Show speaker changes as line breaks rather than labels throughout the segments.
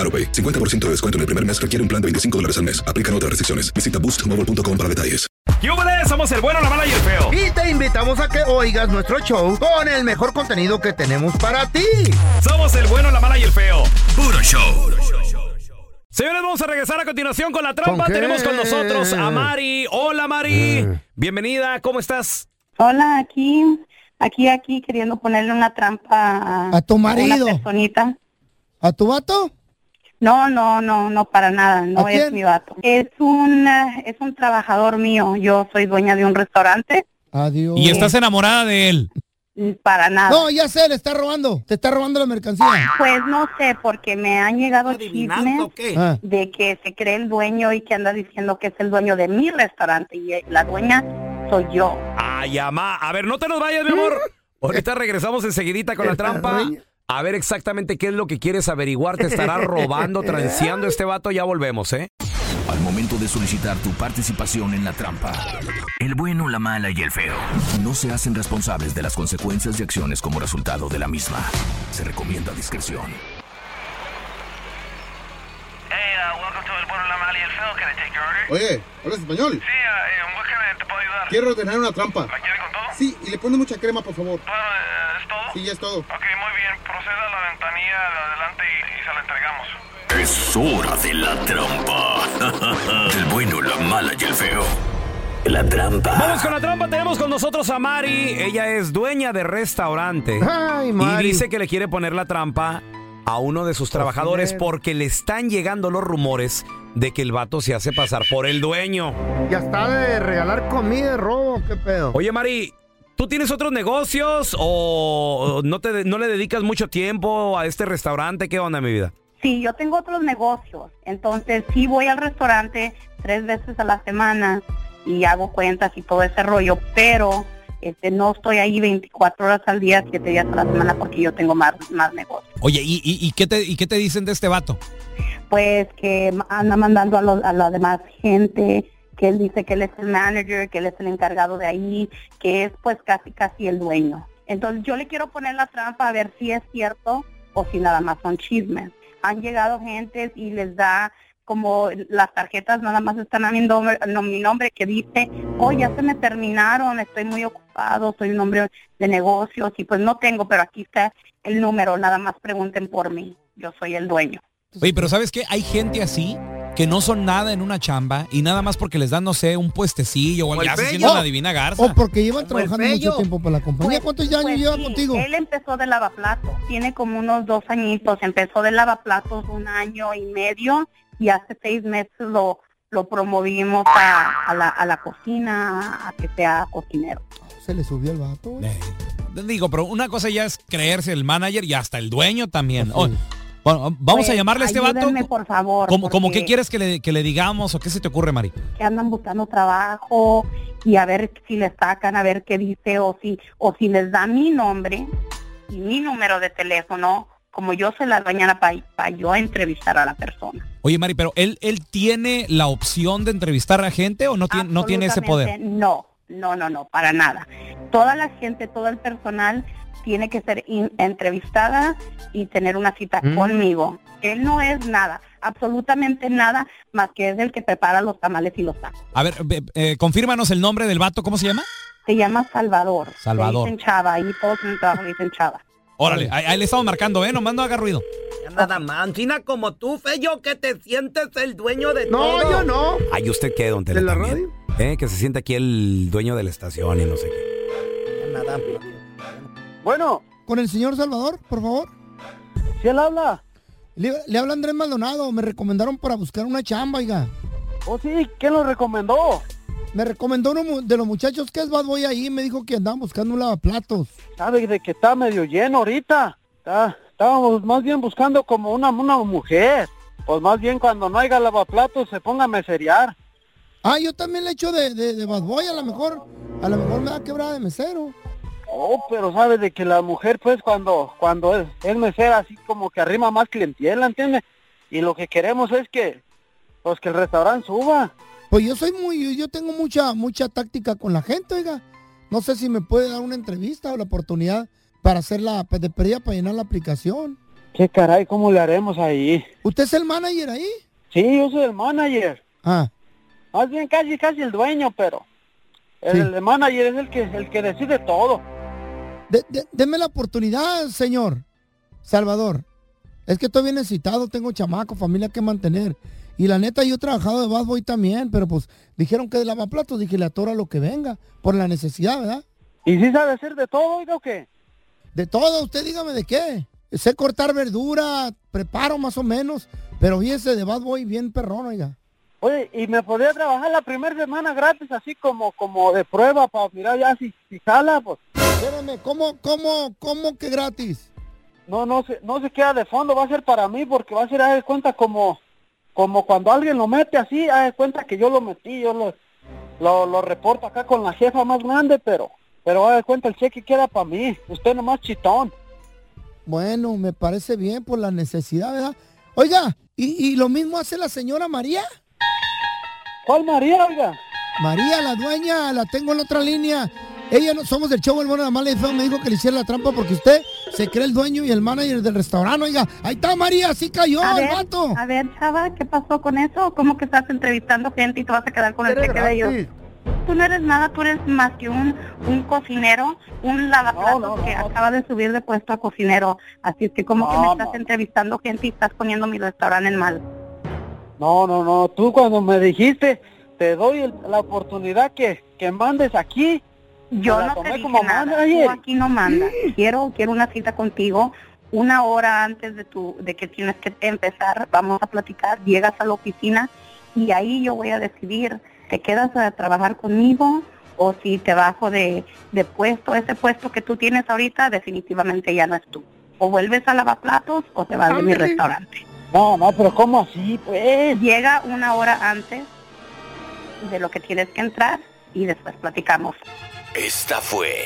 AroPay. 50% de descuento en el primer mes requiere un plan de 25 dólares al mes. Aplican otras restricciones. Visita boostmobile.com para detalles.
¡Yúbales! Somos el bueno, la mala y el feo.
Y te invitamos a que oigas nuestro show con el mejor contenido que tenemos para ti.
Somos el bueno, la mala y el feo.
Puro show.
Señores, vamos a regresar a continuación con la trampa.
¿Con qué? Eh.
Tenemos con nosotros a Mari. Hola, Mari. Bienvenida, ¿cómo estás?
Hola, aquí, aquí, aquí, queriendo ponerle una trampa
¿A tu marido?
Una personita.
¿A tu vato?
No, no, no, no para nada, no
¿A
es
quién?
mi vato. Es un, eh, es un trabajador mío, yo soy dueña de un restaurante,
Adiós.
Y estás enamorada de él.
mm, para nada.
No, ya sé, le está robando. Te está robando la mercancía.
Pues no sé, porque me han llegado chismes
Ah.
de que se cree el dueño y que anda diciendo que es el dueño de mi restaurante y eh, la dueña soy yo.
Ay, amá. A ver, no te nos vayas, mi amor. Ahorita regresamos enseguidita
Eh,
con la trampa. A ver exactamente qué es lo que quieres averiguar. Te estará robando, transeando este vato. Ya volvemos, ¿eh?
Al momento de solicitar tu participación en la trampa, el bueno, la mala y el feo no se hacen responsables de las consecuencias y acciones como resultado de la misma. Se recomienda discreción.
Hey, uh, welcome to El Bueno, la Mala y el Feo. Can I take your order?
Oye, ¿hablas español?
Sí, uh, eh, ¿en qué can- te puedo ayudar?
Quiero ordenar una trampa.
¿La quiere con todo?
Sí, y le pone mucha crema, por favor.
Bueno, eh, ¿es todo?
Sí, ya es todo.
Ok, muy bien. Proceda a la ventanilla de adelante y, y se la entregamos.
Es hora de la trampa. El bueno, la mala y el feo. La trampa.
Vamos con la trampa. Tenemos con nosotros a Mari. Ella es dueña de restaurante.
Ay, Mari.
Y dice que le quiere poner la trampa a uno de sus trabajadores
Cocinero.
porque le están llegando los rumores de que el vato se hace pasar por el dueño.
Ya está de regalar comida y robo. ¿Qué pedo?
Oye, Mari, ¿tú tienes otros negocios o o no, te, no le dedicas mucho tiempo a este restaurante? ¿Qué onda, mi vida?
Sí, yo tengo otros negocios, entonces sí voy al restaurante tres veces a la semana y hago cuentas y todo ese rollo, pero este, no estoy ahí 24 horas al día, 7 días a la semana porque yo tengo más, más negocios.
Oye, ¿y, y, y qué te, ¿y qué te dicen de este vato?
Pues que ma- anda mandando a, los, a la demás gente, que él dice que él es el manager, que él es el encargado de ahí, que es pues casi casi el dueño. Entonces yo le quiero poner la trampa a ver si es cierto o si nada más son chismes. Han llegado gentes y les da como las tarjetas nada más están a mi nombre, no, mi nombre que dice, oh, ya se me terminaron, estoy muy ocupado, soy un hombre de negocios y pues no tengo, pero aquí está el número, nada más pregunten por mí, yo soy el dueño.
Oye, pero ¿sabes qué? Hay gente así que no son nada en una chamba y nada más porque les dan, no sé, un puestecillo o algo así, haciendo la divina garza.
O porque llevan trabajando mucho tiempo para la compañía.
Pues-
¿Cuántos años
pues
lleva
sí,
contigo?
Él empezó de lavaplatos, tiene como unos dos añitos, empezó de lavaplatos un año y medio y hace seis meses lo, lo promovimos a, a la, a la cocina, a que sea cocinero.
Se le subió el vato. güey.
Eh, Digo, pero una cosa ya es creerse el manager y hasta el dueño también.
Pues sí.
Oh, bueno, vamos a
Pues,
llamarle a este vato.
ayúdenme, por favor.
¿Cómo, cómo
porque
qué quieres que le, que le digamos o qué se te ocurre, Mari?
Que andan buscando trabajo y a ver si le sacan, a ver qué dice o si, o si les da mi nombre y mi número de teléfono, como yo soy la dueña para yo entrevistar a la persona.
Oye, Mari, pero él, él tiene la opción de entrevistar a gente o no tiene, no tiene ese poder.
Absolutamente No, no, no, no, para nada. Toda la gente, todo el personal tiene que ser in- entrevistada y tener una cita
Mm.
conmigo. Él no es nada, absolutamente nada, más que es el que prepara los tamales y los tacos.
A ver, be- eh, confírmanos el nombre del vato, ¿cómo se llama?
Se llama Salvador. Le
Salvador.
dicen Chava, ahí todos en el trabajo le dicen Chava.
Órale, ahí, ahí le estamos marcando, ¿eh? Nomás no haga ruido.
Nada más, China, como tú, Fello, que te sientes el dueño de todo.
no.
Ay, ¿usted qué, don Tela?
¿De la
también? Eh, que se siente aquí el dueño de la estación y no sé qué.
Nada
Bueno. Con el señor Salvador, por favor.
¿Sí él habla?
Le, le habla Andrés Maldonado. Me recomendaron para buscar una chamba, oiga.
¿Oh, sí? ¿Quién lo recomendó?
Me recomendó uno mu- de los muchachos que es Bad Boy ahí. Me dijo que andaban buscando un lavaplatos.
Sabe de que está medio lleno ahorita. Está- estábamos más bien buscando como una, una mujer. Pues más bien cuando no haya lavaplatos se ponga a meserear.
Ah, yo también le echo de, de, de Bad Boy. A lo mejor, a lo mejor me da quebrada de mesero.
Oh, pero sabe de que la mujer pues cuando cuando es, es mesera así como que arrima más clientela, ¿entiende? Y lo que queremos es que pues que el restaurante suba.
Pues yo soy muy, yo tengo mucha, mucha táctica con la gente, oiga. No sé si me puede dar una entrevista o la oportunidad para hacer la, de pérdida para llenar la aplicación.
¿Qué caray, cómo le haremos ahí?
¿Usted es el manager ahí?
Sí, yo soy el manager.
Ah.
Más bien casi casi el dueño, pero el, el manager es el que el que decide todo.
De- de- deme la oportunidad, señor. Salvador. Es que estoy bien necesitado, tengo chamaco, familia que mantener. Y la neta, yo he trabajado de Bad Boy también, pero pues dijeron que de lavaplatos, dije, le atora lo que venga, por la necesidad, ¿verdad?
¿Y si sabe hacer de todo, oiga, o qué?
De todo, usted dígame de qué. Sé cortar verdura, preparo más o menos, pero fíjese de Bad Boy bien perrón, oiga.
Oye, y me podría trabajar la primera semana gratis así como como de prueba para mirar ya si, si jala, pues.
Espérame, ¿cómo, cómo, cómo que gratis?
No, no se, no se queda de fondo, va a ser para mí porque va a ser, haz de cuenta, como, como cuando alguien lo mete así, haz de cuenta que yo lo metí, yo lo, lo, lo reporto acá con la jefa más grande, pero, pero haz de cuenta, el cheque queda para mí, usted nomás chitón.
Bueno, me parece bien por la necesidad, ¿verdad? Oiga, ¿y, y lo mismo hace la señora María?
¿Cuál María, oiga?
María, la dueña, la tengo en otra línea. Ella no somos del show El Bueno, la Mala y Feo. Me dijo que le hiciera la trampa porque usted se cree el dueño y el manager del restaurante. Oiga, ahí está María, así cayó
a,
el
ver,
vato.
a ver, Chava, ¿qué pasó con eso? ¿Cómo que estás entrevistando gente y te vas a quedar con el
Eres
cheque de ellos?
gratis.
Tú no eres nada, tú eres más que un, un cocinero, un lavaplatos que acaba de subir de puesto a cocinero. Así es que como que me
No,
estás entrevistando gente y estás poniendo mi restaurante en mal.
No, no, no, tú cuando me dijiste, te doy el- la oportunidad que, que mandes aquí.
Yo
me la
no te
tomé
dije
como
nada.
manager.
Tú aquí no mandas. Quiero, quiero una cita contigo. Una hora antes de tu, de que tienes que empezar, vamos a platicar. Llegas a la oficina y ahí yo voy a decidir. ¿Te quedas a trabajar conmigo o si te bajo de, de puesto? Ese puesto que tú tienes ahorita definitivamente ya no es tú. O vuelves a lavaplatos o te vas de mi
Ándale.
restaurante.
No, no, pero ¿cómo así, pues?
Llega una hora antes de lo que tienes que entrar y después platicamos.
Esta fue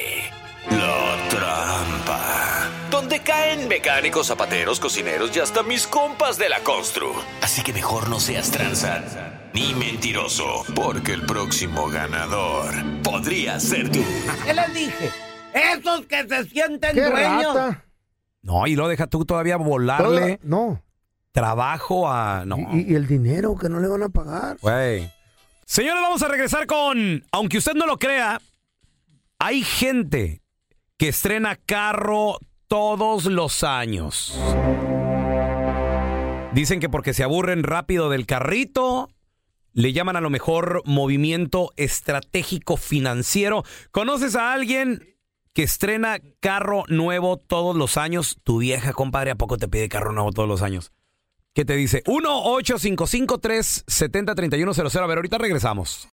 la trampa. Donde caen mecánicos, zapateros, cocineros y hasta mis compas de la constru. Así que mejor no seas tranza ni mentiroso, porque el próximo ganador podría ser tú.
¿Qué les dije? Esos que se sienten
¡Qué
dueños.
rata!
No, y lo deja tú todavía volarle.
no.
Trabajo a. No.
Y, y el dinero que no le van a pagar.
Güey. Señores, vamos a regresar con. Aunque usted no lo crea, hay gente que estrena carro todos los años. Dicen que porque se aburren rápido del carrito, le llaman a lo mejor movimiento estratégico financiero. ¿Conoces a alguien que estrena carro nuevo todos los años? Tu vieja, compadre, ¿a poco te pide carro nuevo todos los años? ¿Qué te dice? 1-855-370-3100. A ver, ahorita regresamos.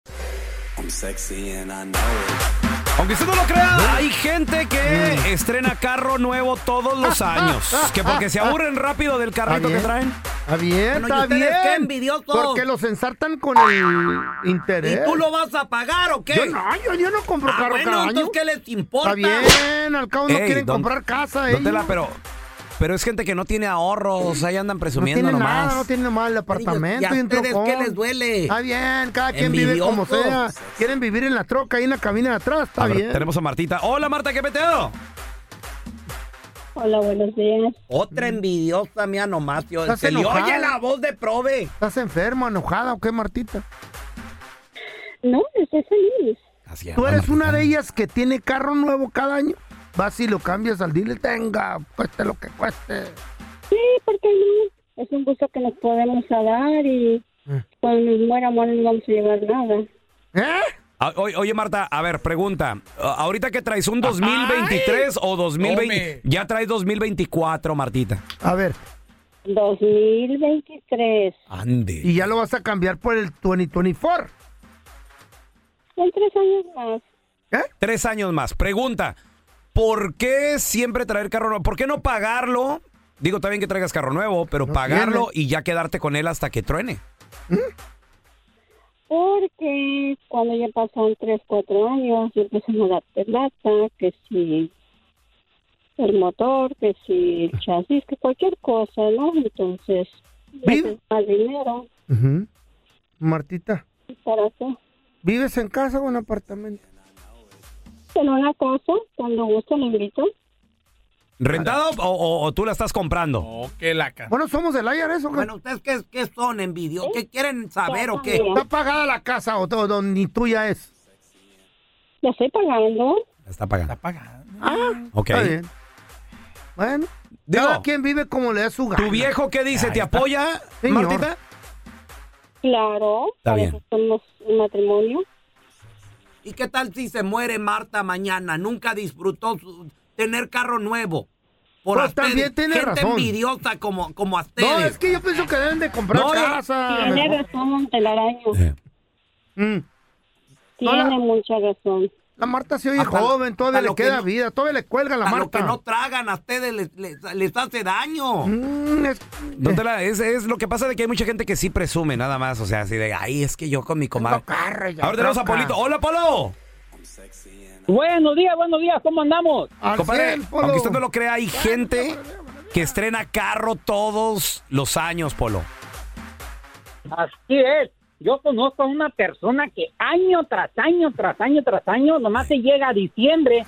Aunque usted no lo crea, hay gente que estrena carro nuevo todos los años. Que porque se aburren rápido del carrito que traen.
Está bien,
Bueno, ¿y
está bien.
ustedes qué envidiosos?
Porque los ensartan con el interés.
¿Y tú lo vas a pagar o qué?
Yo no, yo, yo no compro
Ah,
carro
bueno,
cada año.
entonces, ¿qué les importa?
Está bien, al cabo no
Ey,
quieren
don-
comprar casa, ¿eh?
don
ellos.
Tela, pero Pero es gente que no tiene ahorros, ahí andan presumiendo
no tiene
nomás.
nada, no tiene mal el apartamento.
¿y a
y un
ustedes
trocón.
qué les duele?
Está bien, cada quien vive como
Envidiosos.
sea. Quieren vivir en la troca, ahí en la cabina de atrás, está
A ver,
bien.
tenemos a Martita. Hola Marta, ¿qué peteo?
Hola, buenos días. Otra envidiosa mía nomás, yo.
¿Estás
Se le
enojada?
oye la voz de prove.
¿Estás enferma, enojada o qué, Martita?
No, estoy feliz.
Tú eres una de ellas que tiene carro nuevo cada año. Vas y lo cambias al dile, tenga, cueste lo que cueste.
Sí, porque no. Es un gusto que nos podemos dar y
Ah.
cuando nos mueramos no nos vamos a llevar nada.
¿eh?
A- o- Ah, Oye, Marta, a ver, pregunta. A- Ahorita que traes un 2023 o 2020, ya traes 2024, Martita.
A ver.
2023.
Ande.
Y ya lo vas a cambiar por el 2024.
En tres años más.
¿Eh?
Tres años más. Pregunta, ¿por qué siempre traer carro nuevo? ¿Por qué no pagarlo? Digo, también que traigas carro nuevo, pero pagarlo y ya quedarte con él hasta que truene.
Porque cuando ya pasan tres, cuatro años, ya empiezan a darte lata, que si el motor, que si el chasis, que cualquier cosa, ¿no? Entonces, ya tienes más dinero.
Ujú. Martita,
¿Y para qué?
¿vives en casa o en apartamento?
En una casa, cuando guste lo invito.
¿Rentada o, o- o tú la estás comprando? Oh, qué laca.
Bueno, somos del IRS, ¿o qué?
Bueno, ¿ustedes qué, qué son, envidiosos? ¿Qué quieren saber o qué?
¿Está pagada la casa o todo, ni tuya es?
La estoy pagando.
Está pagada.
Está pagada. Ah,
Ok.
está bien. Bueno, cada quien vive como le da su gana.
¿Tu viejo qué dice? ¿Te
¿ah,
apoya,
Señor.
Martita?
Claro.
Está bien.
Somos un matrimonio.
¿Y qué tal si se muere Marta mañana? Nunca disfrutó su- tener carro nuevo. Por
Pues,
ustedes,
también tiene
gente
razón.
envidiosa como, como a ustedes.
No, es que yo pienso que deben de comprar
No, ya-
casa.
Tiene
mejor.
razón, telaraño. Tiene
Mm. Hola.
mucha razón.
La Marta se oye
Hasta-
joven, todavía
hasta
le
Ah, lo que
queda
no-
vida, todavía le cuelga la
a lo
Marta.
que no tragan a ustedes les, les- les hace daño.
Mm,
Don Tela, es, es lo que pasa de que hay mucha gente que sí presume nada más, o sea, así de, ay, es que yo con mi comadre. Ahora tenemos a
troca.
Polito. Hola, Polo.
Buenos días, buenos días, ¿cómo andamos?
Compadre, aunque usted no lo crea, hay gente que estrena carro todos los años, Polo.
Así es. Yo conozco a una persona que año tras año, tras año, tras año, nomás se llega a diciembre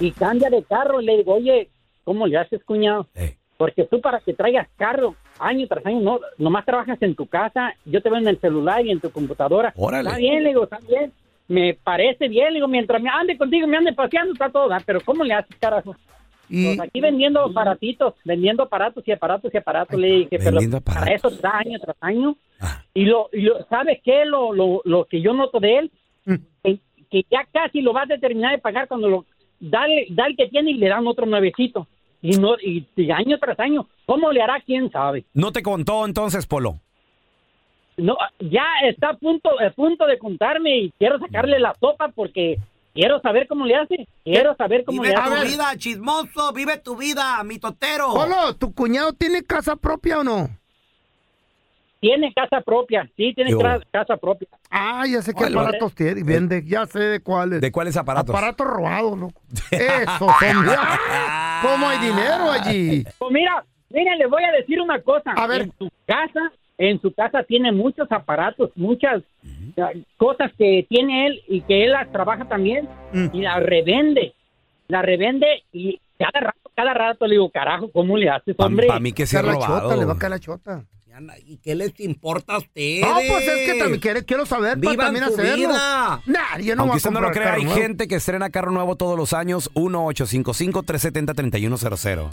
y cambia de carro. Y le digo, oye, ¿cómo le haces, cuñado?
Eh.
Porque tú para que traigas carro año tras año, no, nomás trabajas en tu casa, yo te veo en el celular y en tu computadora.
Órale.
Está bien, le digo, está bien. Me parece bien, le digo, mientras me ande contigo, me ande paseando, está todo, ¿verdad? pero ¿cómo le haces, carajo?
Y-
Pues aquí vendiendo aparatitos, vendiendo aparatos y aparatos y aparatos, le dije, pero
vendiendo Ah.
para eso te da año tras año. Y lo, y lo- ¿sabes qué? Lo, lo, lo que yo noto de él,
Mm.
que, que ya casi lo vas a terminar de pagar cuando lo dale, da el que tiene y le dan otro nuevecito. Y no, y, y año tras año, ¿cómo le hará? ¿Quién sabe?
No te contó entonces, Polo.
No, ya está a punto, a punto de contarme y quiero
Mm.
sacarle la sopa porque quiero saber cómo le hace. Quiero saber cómo
Vive
le
tu
hace.
vida, chismoso, vive tu vida, mitotero.
Polo, ¿tu cuñado tiene casa propia o no?
Tiene casa propia, sí, tiene
Yo.
tra- casa propia. eh.
Ah, ya sé qué
Órale.
aparatos tiene, vende, ya sé de cuáles. ¿De
cuáles aparatos?
Aparatos robados, loco. Eso son. ¡Ah! ¿Cómo hay dinero allí?
Pues mira, mira, les voy a decir una cosa. A ver. En su casa, en su casa tiene muchos aparatos, muchas ah, cosas que tiene él y que él las trabaja también y las revende. La revende y cada rato, cada rato le digo, carajo, ¿cómo le haces, hombre?
pa' mí que sea
Cada
robado.
chota le va a
caer la chota.
¿Y qué les importa a ustedes?
No, pues es que también quiere- quiero saber para
Vivan
también
su
hacerlo.
vida.
Nah, yo no
Aunque
voy a
usted no lo
comprar
crea,
carro
hay
nuevo.
gente que estrena carro nuevo todos los años. 1-855-370-3100.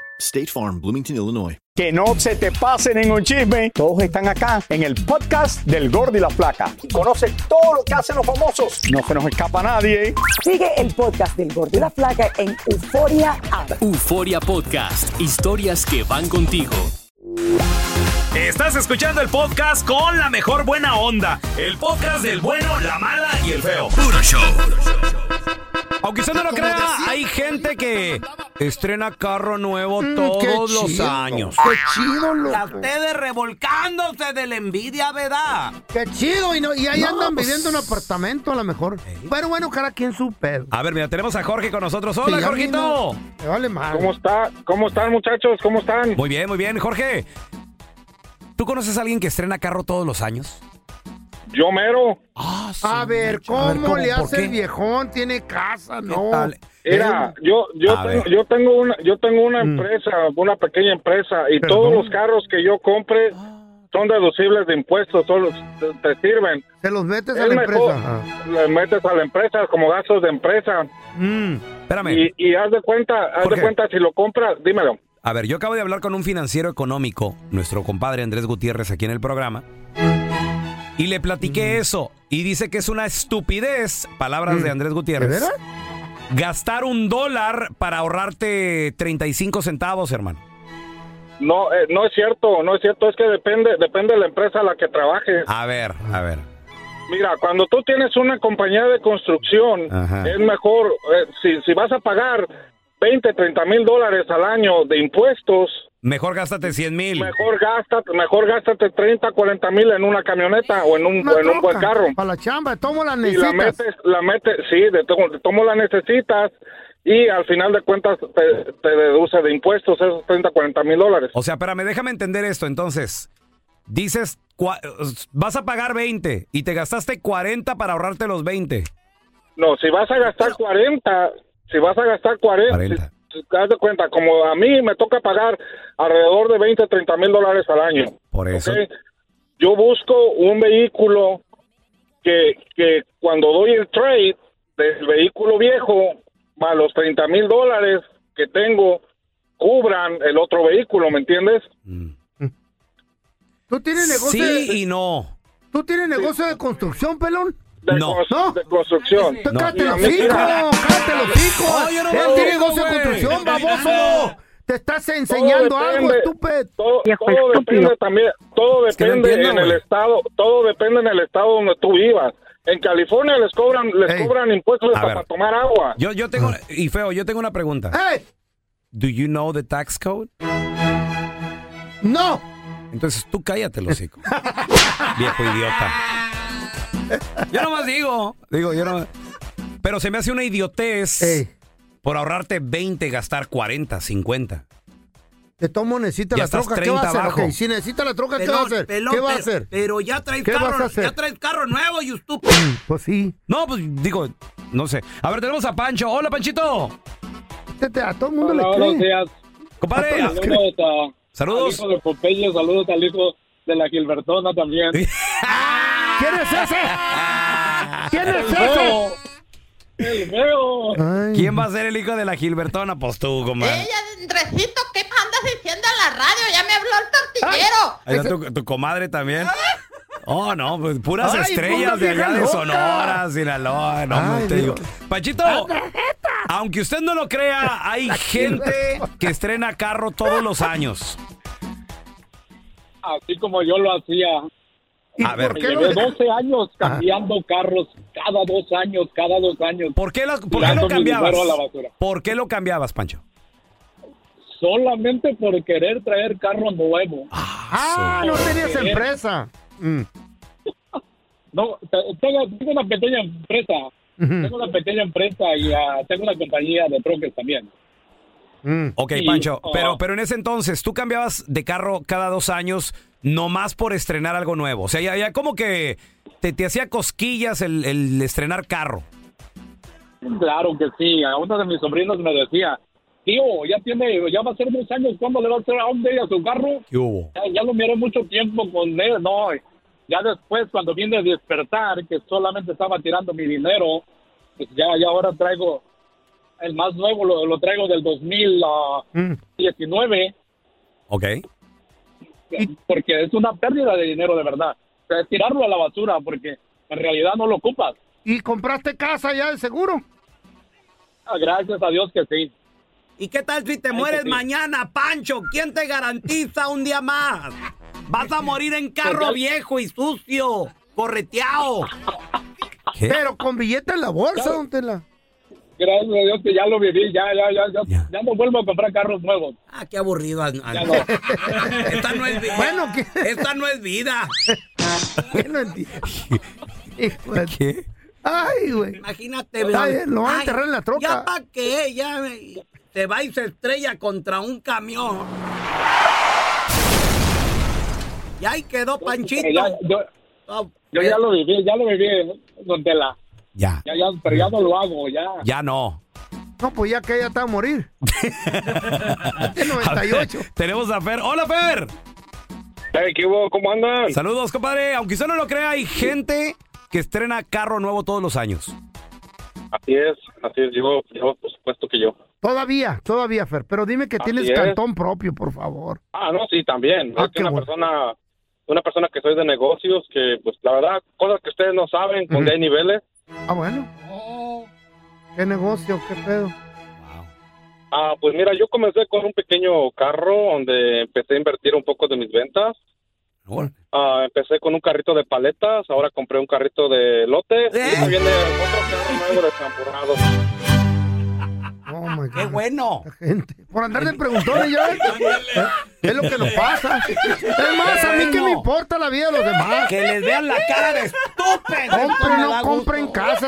State Farm, Bloomington, Illinois.
Que no se te pase ningún chisme. Todos están acá en el podcast del Gordi y la Flaca. Y Conoce todo lo que hacen los famosos. No se nos escapa nadie. ¿eh?
Sigue el podcast del Gordo y la Flaca en Euforia App.
Euforia Podcast, historias que van contigo.
Estás escuchando el podcast con la mejor buena onda. El podcast del bueno, la mala y el feo. Puro show. Aunque usted no lo crea, hay gente que estrena carro
Mm,
nuevo todos los años.
A ustedes revolcándose de la envidia, ¿verdad?
Qué chido, y, no- y ahí
No,
andan
pues-
viviendo en un apartamento a lo mejor. Pero bueno, cada quien su pedo.
A ver, mira, tenemos a Jorge con nosotros. Hola,
Sí, a mí
Jorgito.
no. Me vale mal.
¿Cómo
está? ¿Cómo están, muchachos? ¿Cómo están?
Muy bien, muy bien, Jorge. ¿Tú conoces a alguien que estrena carro todos los años?
Yo mero.
Ah, a ver, ¿cómo,
¿cómo?
le
¿Por
hace
qué?
el viejón? Tiene casa, no.
Mira, yo, yo,
A
tengo,
ver. Mm.
yo tengo una, yo tengo una empresa, una pequeña empresa, y todos los carros que yo compre
Ah.
son deducibles de impuestos, todos te, te sirven.
Se los metes
Es
a la
mejor.
empresa. Ah.
Le metes a la empresa como gastos de empresa.
Mm,
espérame.
Y, y haz de cuenta, haz de cuenta si lo compras, dímelo.
A ver, yo acabo de hablar con un financiero económico, nuestro compadre Andrés Gutiérrez aquí en el programa, y le platiqué
Mm.
eso, y dice que es una estupidez, palabras de Andrés Gutiérrez.
¿De veras?
Gastar un dólar para ahorrarte 35 centavos, hermano.
No, eh, no es cierto, no es cierto, es que depende, depende de la empresa a la que trabajes.
A ver, a ver.
Mira, cuando tú tienes una compañía de construcción,
Ajá.
es mejor, eh, si, si vas a pagar 20, 30 mil dólares al año de impuestos,
Mejor gástate 100 mil.
mejor gástate, mejor gástate 30, 40 mil en una camioneta o en un,
Una
o en un buen
troca,
carro.
Para la chamba, tomo la
Y la
necesitas.
metes, la metes, sí, de tomo, de tomo la necesitas y al final de cuentas te, te deduce de impuestos esos 30, 40 mil dólares.
O sea, espérame, déjame entender esto. Entonces, dices, cua- vas a pagar 20 y te gastaste 40 para ahorrarte los 20.
No, si vas a gastar 40, si vas a gastar 40,
40.
si- si- haz de cuenta, como a mí me toca pagar alrededor de 20, 30 mil dólares al año.
Por eso.
¿ok? Yo busco un vehículo que, que cuando doy el trade del vehículo viejo, más los 30 mil dólares que tengo, cubran el otro vehículo, ¿me entiendes?
¿Tú tienes negocio? de-
Sí y no.
¿Tú tienes negocio de construcción, pelón?
De,
No.
cons- de construcción.
No. Cállate
Mira,
los hocico,
mira.
cállate los hocico.
No, yo no
Él
me
tiene
dedico,
negocio de
güey.
construcción,
No estoy
baboso.
ganando.
Te estás enseñando algo,
depende.
estúpido.
Todo, todo depende también, todo
que no
depende
entiendo,
en el
güey.
estado, todo depende en el estado donde tú vivas. En California les cobran, les cobran impuestos
A
hasta
ver.
para tomar agua.
Yo, yo tengo, y feo, yo tengo una pregunta.
Ah.
¿Do you know the tax code?
No.
Entonces tú cállate, hocico. Viejo idiota. Yo nomás digo. Digo, yo no. Pero se me hace una idiotez por ahorrarte 20, gastar 40, 50.
Te tomo, necesita
Ya
la
estás
troca. ¿Qué va a
30
hacer?
abajo.
Ok, si necesita la troca, ¿qué
Pelón,
va a hacer?
pelón,
¿Qué va a
pero-
hacer?
Pero ya traes
¿Qué vas a
carro,
hacer?
ya traes carro nuevo y tú
Pues sí.
No, pues digo, no sé. A ver, tenemos a Pancho. Hola, Panchito.
Te- te- A todo el mundo le
buenos
cree.
días.
Compadre.
Saludos, a-
Saludos.
al hijo de Popeye, saludos al hijo de la Gilbertona también.
¿Quién es ese? ¿Quién
es ese?
El feo. ¿Quién va a ser el hijo de la Gilbertona? Pues tú, comadre.
Andresito, ¿qué andas diciendo en la radio? Ya me habló el tortillero.
Ahí está tu, tu comadre también. Oh, no, pues puras
Ay,
estrellas de
ponga
allá de
vieja
Sonora, Sinaloa. No, hombre,
Ay,
te digo.
Dios.
Pachito, aunque usted no lo crea, hay gente que estrena carro todos los años.
Así como yo lo hacía.
A ver,
Llevé 12 años cambiando carros cada dos años, cada dos años.
¿Por qué, ¿por qué lo cambiabas?
A la basura.
¿Por qué lo cambiabas, Pancho?
Solamente por querer traer carro nuevo.
Ah, no tenías
Querer.
empresa.
No, te- tengo, tengo una pequeña empresa. Tengo una pequeña empresa y ah, tengo una compañía de troques también.
Ok,
Sí, oh.
Pancho,
ajá.
pero, pero en ese entonces tú cambiabas de carro cada dos años nomás por estrenar algo nuevo. O sea, ya, ya como que te, te hacía cosquillas el, el estrenar carro.
Claro que sí. A uno de mis sobrinos me decía, tío, ya tiene, ya va a ser dos años, ¿cuándo le va a hacer a un a su carro?
¿Qué hubo?
Ya, ya lo miré mucho tiempo con él, no. Ya después, cuando vine a despertar, que solamente estaba tirando mi dinero, pues ya, ya ahora traigo el más nuevo, lo, lo traigo del ah, 2019,
Ok.
porque es una pérdida de dinero de verdad. O sea, es tirarlo a la basura, porque en realidad no lo ocupas.
¿Y compraste casa ya de seguro?
Ah, Gracias a Dios que sí.
¿Y qué tal si te mueres
sí.
mañana, Pancho? ¿Quién te garantiza un día más? Vas a morir en carro viejo y sucio, correteado.
Pero con billete en la bolsa, don Tela.
Gracias a Dios que ya lo viví, ya, ya, ya, ya, ya no vuelvo a comprar carros nuevos.
Ah, qué aburrido. An- an-
Ya no.
Esta no es vida. Bueno, Esta no es vida.
no entiendo. Hijo de-
¿Qué?
Ay, güey.
Imagínate,
Está
bro.
bien, Pues lo van a
Ay,
enterrar en la troca.
¿Ya para qué? Ya eh, se va y se estrella contra un camión. Y ahí quedó Panchito.
Ya, yo,
Oh,
yo ya lo viví, ya lo viví, don Tela.
Ya.
Ya, ya, pero ya no lo hago, ya.
Ya no.
No, pues ya que ella está a morir.
A ver, tenemos a Fer. ¡Hola, Fer!
¿Qué hubo? ¿Cómo andan?
Saludos, compadre. Aunque usted no lo crea, hay gente que estrena carro nuevo todos los años.
Así es, así es, yo, yo, por supuesto que yo.
Todavía, todavía, Fer. Pero dime que
Así
tienes
es.
cantón propio, por favor.
Ah, no, sí, también.
Ah,
es que
qué
una
bueno.
persona, una persona que soy de negocios, que pues la verdad, cosas que ustedes no saben, donde hay niveles.
Ah, bueno. ¿Qué negocio? ¿Qué pedo?
Ah, pues mira, yo comencé con un pequeño carro donde empecé a invertir un poco de mis ventas. Ah, empecé con un carrito de paletas, ahora compré un carrito de lotes.
¡Eh!
Y ahí viene otro carro nuevo de champurrado.
Oh, my God.
Ah, ¡Qué bueno!
Gente. Por andar de preguntones ya. ¿Eh? Es lo que nos pasa. Es más, a mí que me importa la vida de los demás.
Que les vean la cara de estúpido. Esto
Compren
me
o
da
no compren casa,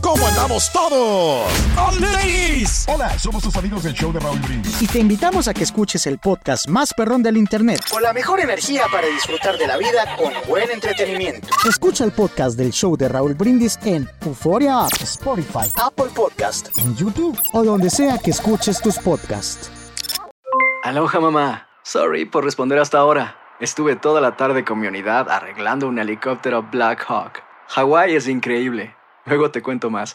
¿Cómo andamos todos? Hola, somos tus amigos del show de Raúl Brindis.
Y te invitamos a que escuches el podcast más perrón del internet.
Con la mejor energía para disfrutar de la vida con buen entretenimiento.
Escucha el podcast del show de Raúl Brindis en Euforia App, Spotify,
Apple Podcast.
en YouTube o donde sea que escuches tus podcasts.
Aloha mamá. Sorry por responder hasta ahora. Estuve toda la tarde con mi unidad arreglando un helicóptero Black Hawk. Hawái es increíble. Luego te cuento más.